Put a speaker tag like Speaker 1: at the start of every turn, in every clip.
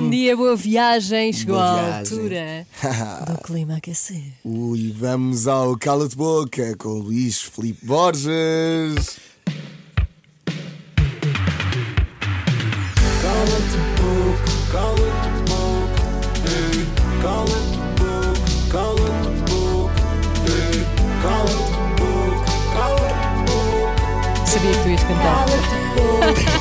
Speaker 1: Bom dia, boa viagem. Chegou
Speaker 2: Boa
Speaker 1: à
Speaker 2: viagem.
Speaker 1: altura do clima aquecer.
Speaker 2: Ui, vamos ao Cala-te Boca com Luís Filipe Borges.
Speaker 3: Cala-te boca, cala-te boca, ei. Cala-te boca, cala-te boca, ei. Cala-te boca, cala-te boca.
Speaker 1: Sabia que tu ias cantar.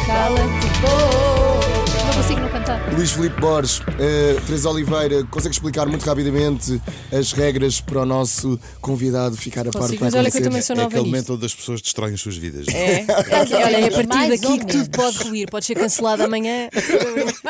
Speaker 4: Cala-te, boca. Não consigo não cantar.
Speaker 2: Luís Filipe Borges, eh, Teresa Oliveira, consegue explicar muito rapidamente as regras para o nosso convidado ficar a par do que
Speaker 1: Consigo,
Speaker 2: vai
Speaker 1: mas olha que eu
Speaker 2: acontecer?
Speaker 1: também sou
Speaker 5: É
Speaker 1: nova
Speaker 5: aquele
Speaker 1: nisto.
Speaker 5: momento onde as pessoas destroem as suas vidas. não é?
Speaker 1: É, é, olha, é a partir
Speaker 4: Mais
Speaker 1: daqui
Speaker 4: ou
Speaker 1: que
Speaker 4: menos.
Speaker 1: tudo pode ruir. Pode ser cancelado amanhã.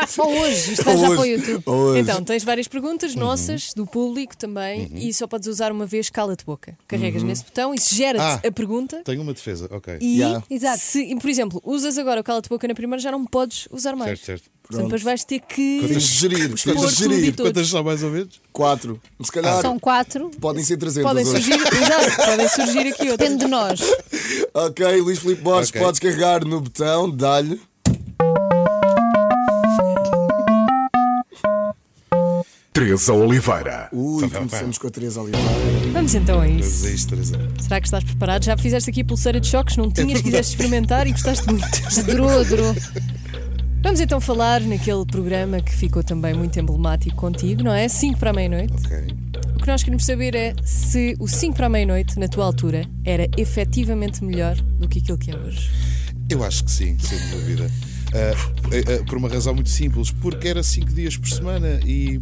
Speaker 4: Só hoje, isto vai já
Speaker 2: Hoje.
Speaker 4: para o YouTube.
Speaker 2: Hoje.
Speaker 1: Então, tens várias perguntas nossas, do público também, e só podes usar uma vez cala-te boca. Carregas nesse botão, isso gera-te
Speaker 5: Ah.
Speaker 1: a pergunta.
Speaker 5: Tenho uma defesa, ok.
Speaker 1: E,
Speaker 2: Yeah.
Speaker 4: Exato.
Speaker 1: se, por exemplo, usas agora o cala-te boca na primeira, já não podes usar mais.
Speaker 5: Certo, certo.
Speaker 1: Portanto, depois vais ter
Speaker 2: Tens
Speaker 1: que.
Speaker 2: de gerir, tens de
Speaker 1: Expor tudo e
Speaker 2: gerir.
Speaker 1: todos.
Speaker 5: Quantas são mais ou menos?
Speaker 2: Quatro. Se calhar
Speaker 4: São quatro.
Speaker 2: podem ser 300
Speaker 1: Podem
Speaker 2: hoje.
Speaker 1: surgir, exato, podem surgir aqui outras.
Speaker 4: Depende de nós.
Speaker 2: Ok, Luís Filipe Borges,
Speaker 5: Ok.
Speaker 2: podes carregar no botão, dá-lhe.
Speaker 6: Teresa Oliveira.
Speaker 2: Ui,
Speaker 5: pá,
Speaker 2: começamos com a Teresa Oliveira.
Speaker 1: Vamos então a
Speaker 5: Vamos
Speaker 1: isso.
Speaker 5: a isto, Teresa.
Speaker 1: Será que estás preparado? Já fizeste aqui pulseira de choques, não
Speaker 5: É
Speaker 1: tinhas, quiseste experimentar e gostaste muito.
Speaker 4: Durou, durou.
Speaker 1: Vamos então falar naquele programa que ficou também muito emblemático contigo, não é? 5 para a meia-noite.
Speaker 5: Ok.
Speaker 1: O que nós queremos saber é se o 5 para a meia-noite, na tua altura, era efetivamente melhor do que aquilo que é hoje.
Speaker 5: Eu acho que sim, sem dúvida. Ah, ah, ah, por uma razão muito simples, porque era cinco dias por semana e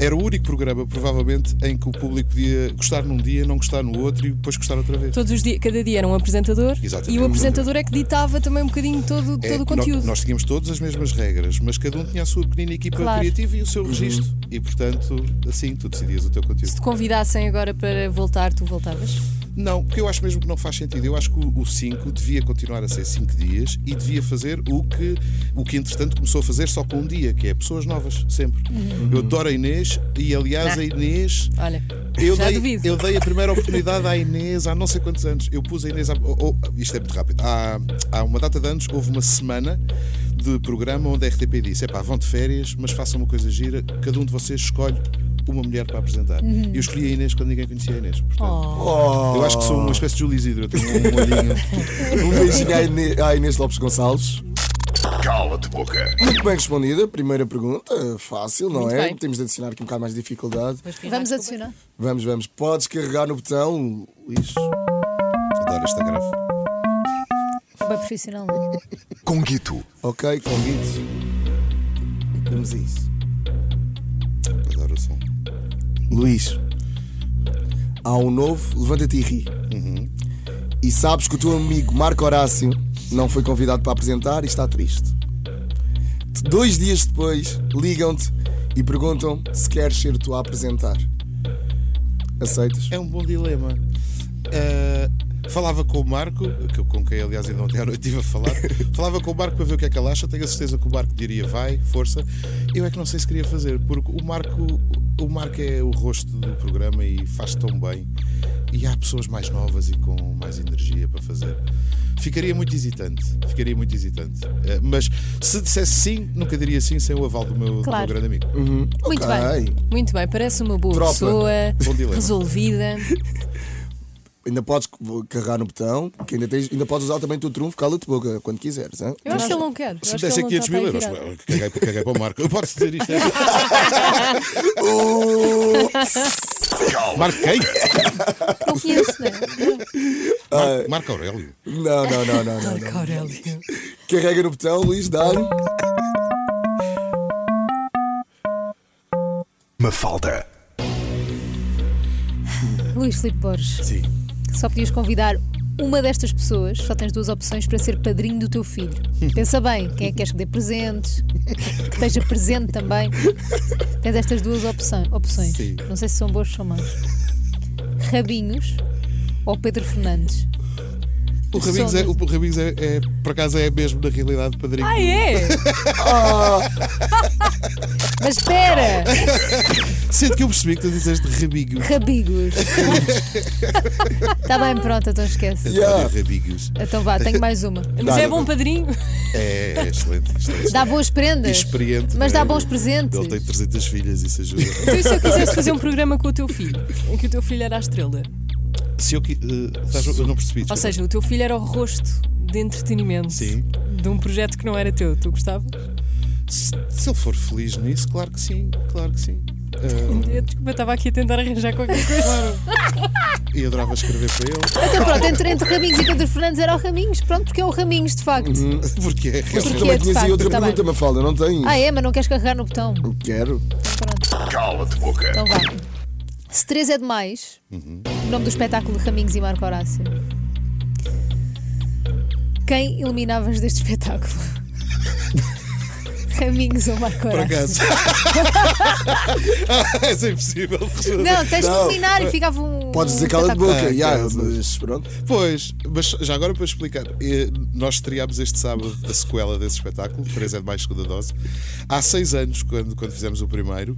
Speaker 5: era o único programa, provavelmente, em que o público podia gostar num dia, não gostar no outro e depois gostar outra vez.
Speaker 1: Todos os dias, cada dia era um apresentador
Speaker 5: Exatamente.
Speaker 1: e o apresentador é que ditava também um bocadinho todo,
Speaker 5: É,
Speaker 1: todo o
Speaker 5: no-
Speaker 1: conteúdo.
Speaker 5: Nós tínhamos todas as mesmas regras, mas cada um tinha a sua pequenina equipa
Speaker 4: Claro.
Speaker 5: criativa e o seu registro.
Speaker 1: Uhum.
Speaker 5: E portanto, assim, tu decidias o teu conteúdo.
Speaker 1: Se te convidassem agora para voltar, tu voltavas?
Speaker 5: Não, porque eu acho mesmo que não faz sentido. Eu acho que o 5 devia continuar a ser 5 dias e devia fazer o que, o que entretanto começou a fazer só com um dia, que é pessoas novas, sempre. Eu adoro a Inês e, aliás, a Inês.
Speaker 1: Olha,
Speaker 5: Eu
Speaker 1: Ah. já
Speaker 5: dei,
Speaker 1: duvido.
Speaker 5: eu dei a primeira oportunidade à Inês há não sei quantos anos. Eu pus a Inês. Há, oh, oh, isto é muito rápido. Há, há uma data de anos, houve uma semana de programa onde a RTP disse: epá, vão de férias, mas façam uma coisa gira, cada um de vocês escolhe uma mulher para apresentar.
Speaker 1: Uhum.
Speaker 5: Eu escolhi a Inês quando ninguém conhecia a Inês. Portanto,
Speaker 2: Oh,
Speaker 5: Eu acho que sou uma espécie de Júlio Isidro. Eu tenho um olhinho.
Speaker 2: um beijinho à Inês, à Inês Lopes Gonçalves.
Speaker 6: Cala-te boca.
Speaker 2: Muito bem respondida, primeira pergunta, fácil, não
Speaker 1: Muito
Speaker 2: é?
Speaker 1: bem.
Speaker 2: Temos de adicionar aqui um bocado mais de dificuldade.
Speaker 4: Vamos adicionar.
Speaker 2: Vamos, vamos, podes carregar no botão, Luís.
Speaker 5: Adoro esta grave.
Speaker 4: Bem profissional. não é?
Speaker 6: Conguito.
Speaker 2: Ok, convite. Vamos a isso.
Speaker 5: Adoro o som.
Speaker 2: Luís, há um novo, levanta-te e ri. E sabes que o teu amigo Marco Horácio não foi convidado para apresentar e está triste. Dois dias depois, ligam-te e perguntam se queres ser tu a apresentar. Aceitas?
Speaker 5: É um bom dilema. Ah, falava com o Marco, que- com quem aliás ainda ontem à noite estive a falar. falava com o Marco para ver o que é que ele acha. Tenho a certeza que o Marco diria vai, força. Eu é que não sei se queria fazer, porque o Marco, o Marco é o rosto do programa e faz tão bem. E há pessoas mais novas e com mais energia para fazer. Ficaria muito hesitante, ficaria muito hesitante. Ah, mas se dissesse sim, nunca diria sim sem o aval do meu, do meu
Speaker 4: Claro.
Speaker 5: grande amigo.
Speaker 4: Muito
Speaker 2: Ok.
Speaker 1: Muito bem, parece uma boa
Speaker 2: Tropa.
Speaker 1: pessoa,
Speaker 5: Bom dilema.
Speaker 1: resolvida.
Speaker 2: Ainda podes carregar no botão, que ainda, tens, ainda podes usar também o teu trunfo, cala-te boca, quando quiseres. Hein?
Speaker 1: Eu acho que ele não quer. Eu acho
Speaker 5: Se me
Speaker 1: que ele
Speaker 5: dessem
Speaker 1: não
Speaker 5: 500
Speaker 1: está aí
Speaker 5: mil euros,
Speaker 1: virado.
Speaker 5: caguei, caguei para o Marco. Eu posso dizer isto. é? Marco quem?
Speaker 4: Não conheço, não é?
Speaker 5: Mar- Marco Aurélio.
Speaker 2: Não, não, não, não, não. não.
Speaker 1: Marco Aurélio.
Speaker 2: Carrega no botão, Luís, dá-lhe.
Speaker 4: é
Speaker 6: Mafalda.
Speaker 4: Luís Filipe Borges,
Speaker 5: Sim.
Speaker 4: só podias convidar uma destas pessoas, só tens duas opções para ser padrinho do teu filho. Pensa bem, quem é que queres que dê presentes, que esteja presente também. Tens estas duas opção- opções.
Speaker 5: Sim.
Speaker 4: Não sei se são boas ou são más. Rabinhos ou Pedro Fernandes.
Speaker 5: O Rabigos, é, o Rabigos é, é, por acaso, é mesmo na realidade padrinho.
Speaker 1: Ah, é?
Speaker 4: Mas espera!
Speaker 5: Sendo que eu percebi que tu disseste Rabigos.
Speaker 4: Rabigos. Está bem, pronto, então esquece.
Speaker 2: Yeah.
Speaker 5: Olha, Rabigos.
Speaker 4: Então vá, tenho mais uma.
Speaker 1: Mas
Speaker 2: Dá-
Speaker 1: é bom padrinho.
Speaker 5: É, é excelente, excelente.
Speaker 4: Dá boas prendas.
Speaker 5: Experiente.
Speaker 4: Mas
Speaker 5: não
Speaker 4: dá
Speaker 5: é?
Speaker 4: bons presentes.
Speaker 5: Ele tem 300 filhas, isso ajuda.
Speaker 1: Então, e se eu quisesse fazer um programa com o teu filho, em que o teu filho era a estrela?
Speaker 5: Se eu. qui- eh, sabes, eu não percebi.
Speaker 1: Ou
Speaker 5: desculpa.
Speaker 1: seja, o teu filho era o rosto de entretenimento
Speaker 5: Sim.
Speaker 1: de um projeto que não era teu. Tu gostavas?
Speaker 5: Se, se ele for feliz nisso, claro que sim, claro que sim. Eh,
Speaker 1: Eu, Desculpa, eu estava aqui a tentar arranjar qualquer coisa.
Speaker 5: Ah, e adorava escrever para ele,
Speaker 4: Então pronto, entre, entre Raminhos e Pedro Fernandes era o Raminhos. Pronto, porque é o Raminhos, de facto.
Speaker 5: porque é
Speaker 2: Tu
Speaker 5: realmente.
Speaker 4: é
Speaker 2: Hum, também
Speaker 4: de
Speaker 2: tinhas aí
Speaker 4: facto,
Speaker 2: outra
Speaker 4: tá
Speaker 2: pergunta,
Speaker 4: bem.
Speaker 2: Mafalda, não tens?
Speaker 4: Ah, é, mas não queres carregar no botão. Então
Speaker 2: Quero.
Speaker 4: pronto,
Speaker 6: Cala-te boca.
Speaker 4: então vá. Se três é demais,
Speaker 2: Uhum.
Speaker 4: o nome do espetáculo de Raminhos e Marco Horácio. Quem eliminavas deste espetáculo? Raminhos ou Marco
Speaker 5: Por
Speaker 4: Horácio?
Speaker 5: acaso. Isso é impossível.
Speaker 4: Não, tens de
Speaker 2: Não.
Speaker 4: eliminar e ficava um.
Speaker 2: Podes dizer cala de
Speaker 4: espetáculo.
Speaker 2: boca.
Speaker 5: Ah,
Speaker 2: yeah,
Speaker 4: então
Speaker 5: quero.
Speaker 2: mas pronto.
Speaker 5: Pois, mas já agora para explicar, eh, nós estreámos este sábado a sequela desse espetáculo, 3 é de mais segunda dose. Há seis anos, quando, quando fizemos o primeiro,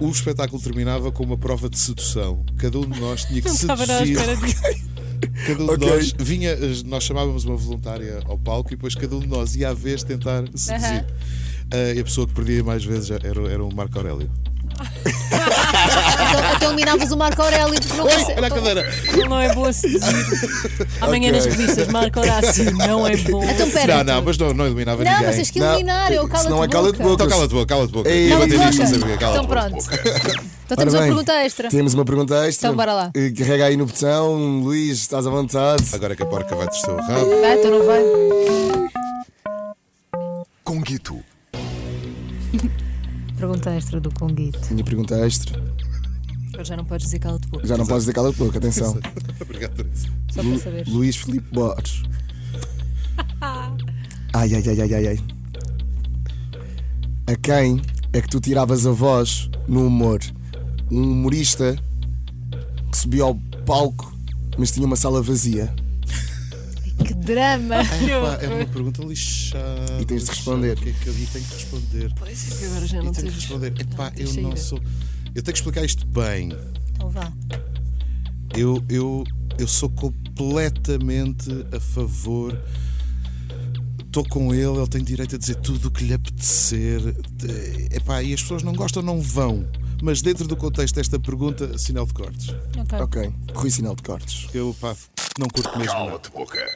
Speaker 5: o espetáculo terminava com uma prova de sedução. Cada um de nós tinha que
Speaker 1: Não estava nada à
Speaker 5: seduzir.
Speaker 1: espera disso.
Speaker 5: Cada um de
Speaker 2: Ok.
Speaker 5: nós vinha, as- nós chamávamos uma voluntária ao palco e depois cada um de nós ia à vez tentar seduzir.
Speaker 4: Aham.
Speaker 5: Ah, e a pessoa que perdia mais vezes era, era o Marco Aurélio.
Speaker 4: Então, então eliminavas o Marco Aurélio porque não
Speaker 5: Oi,
Speaker 4: consegue-
Speaker 5: olha a cadeira!
Speaker 1: Ele não é bom a seduzir. Amanhã nas revistas, Marco Horácio não é bom.
Speaker 4: Então pera.
Speaker 5: Não, não, mas não, não eliminava
Speaker 4: Não,
Speaker 5: ninguém.
Speaker 4: mas tens que eliminar, eu
Speaker 2: Não,
Speaker 4: cala-te
Speaker 2: senão é cala-te
Speaker 4: boca.
Speaker 2: boca.
Speaker 5: Então cala-te boca, cala-te boca.
Speaker 2: Ei,
Speaker 5: Eu
Speaker 4: Cala-te
Speaker 5: até
Speaker 4: boca.
Speaker 5: disse, não sabia, cala-te
Speaker 4: Então
Speaker 5: boca.
Speaker 4: pronto. Então
Speaker 2: Ora
Speaker 4: temos uma
Speaker 2: bem,
Speaker 4: pergunta extra.
Speaker 2: Temos uma pergunta extra.
Speaker 4: Então, bora lá.
Speaker 2: Eh, Carrega aí no botão, Luís, estás à vontade.
Speaker 5: Agora que a porca vai descer o rabo.
Speaker 4: Vai, então não vai.
Speaker 6: Conguito.
Speaker 4: Pergunta extra do Conguito.
Speaker 2: Minha pergunta extra.
Speaker 1: Agora já não podes dizer cala de boca.
Speaker 2: Já não podes dizer cala de boca, atenção.
Speaker 5: Obrigado, Teresa.
Speaker 4: Só para saber.
Speaker 2: Luís Filipe Borges. Ai, ai, ai, ai, ai, ai. A quem é que tu tiravas a voz no humor? Um humorista que subiu ao palco, mas tinha uma sala vazia.
Speaker 4: Que drama!
Speaker 5: Pá, é uma pergunta lixada.
Speaker 2: E tens de responder.
Speaker 5: O que é que eu digo? Tenho que responder.
Speaker 1: Pois é que agora já
Speaker 5: Então, E
Speaker 1: não
Speaker 5: tenho que
Speaker 1: tens.
Speaker 5: responder. Epá, eu
Speaker 1: deixa
Speaker 5: não
Speaker 1: ir.
Speaker 5: sou. Eu tenho que explicar isto bem.
Speaker 4: Então vá.
Speaker 5: Eu, eu, eu sou completamente a favor. Estou com ele, ele tem direito a dizer tudo o que lhe apetecer. Eh, Epá, e as pessoas não gostam, não vão. Mas dentro do contexto desta pergunta, sinal de cortes.
Speaker 4: Ok.
Speaker 2: Ok. Rui Sinal de Cortes.
Speaker 5: Eu, pá, não curto mesmo. não.
Speaker 6: Cala-te boca.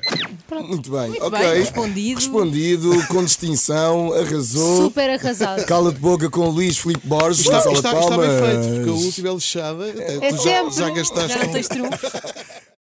Speaker 4: Tá.
Speaker 2: Muito bem. ok.
Speaker 1: bem, respondido.
Speaker 2: Respondido, com distinção, arrasou.
Speaker 4: Super arrasado.
Speaker 2: Cala de boca com Luís Filipe Borges.
Speaker 5: Está,
Speaker 2: na
Speaker 5: está,
Speaker 2: sala de
Speaker 5: está bem
Speaker 2: palmas.
Speaker 5: feito, porque a última é lixada. tu já,
Speaker 4: sempre.
Speaker 5: já gastaste
Speaker 1: Já não
Speaker 5: um-
Speaker 1: tens trunfo.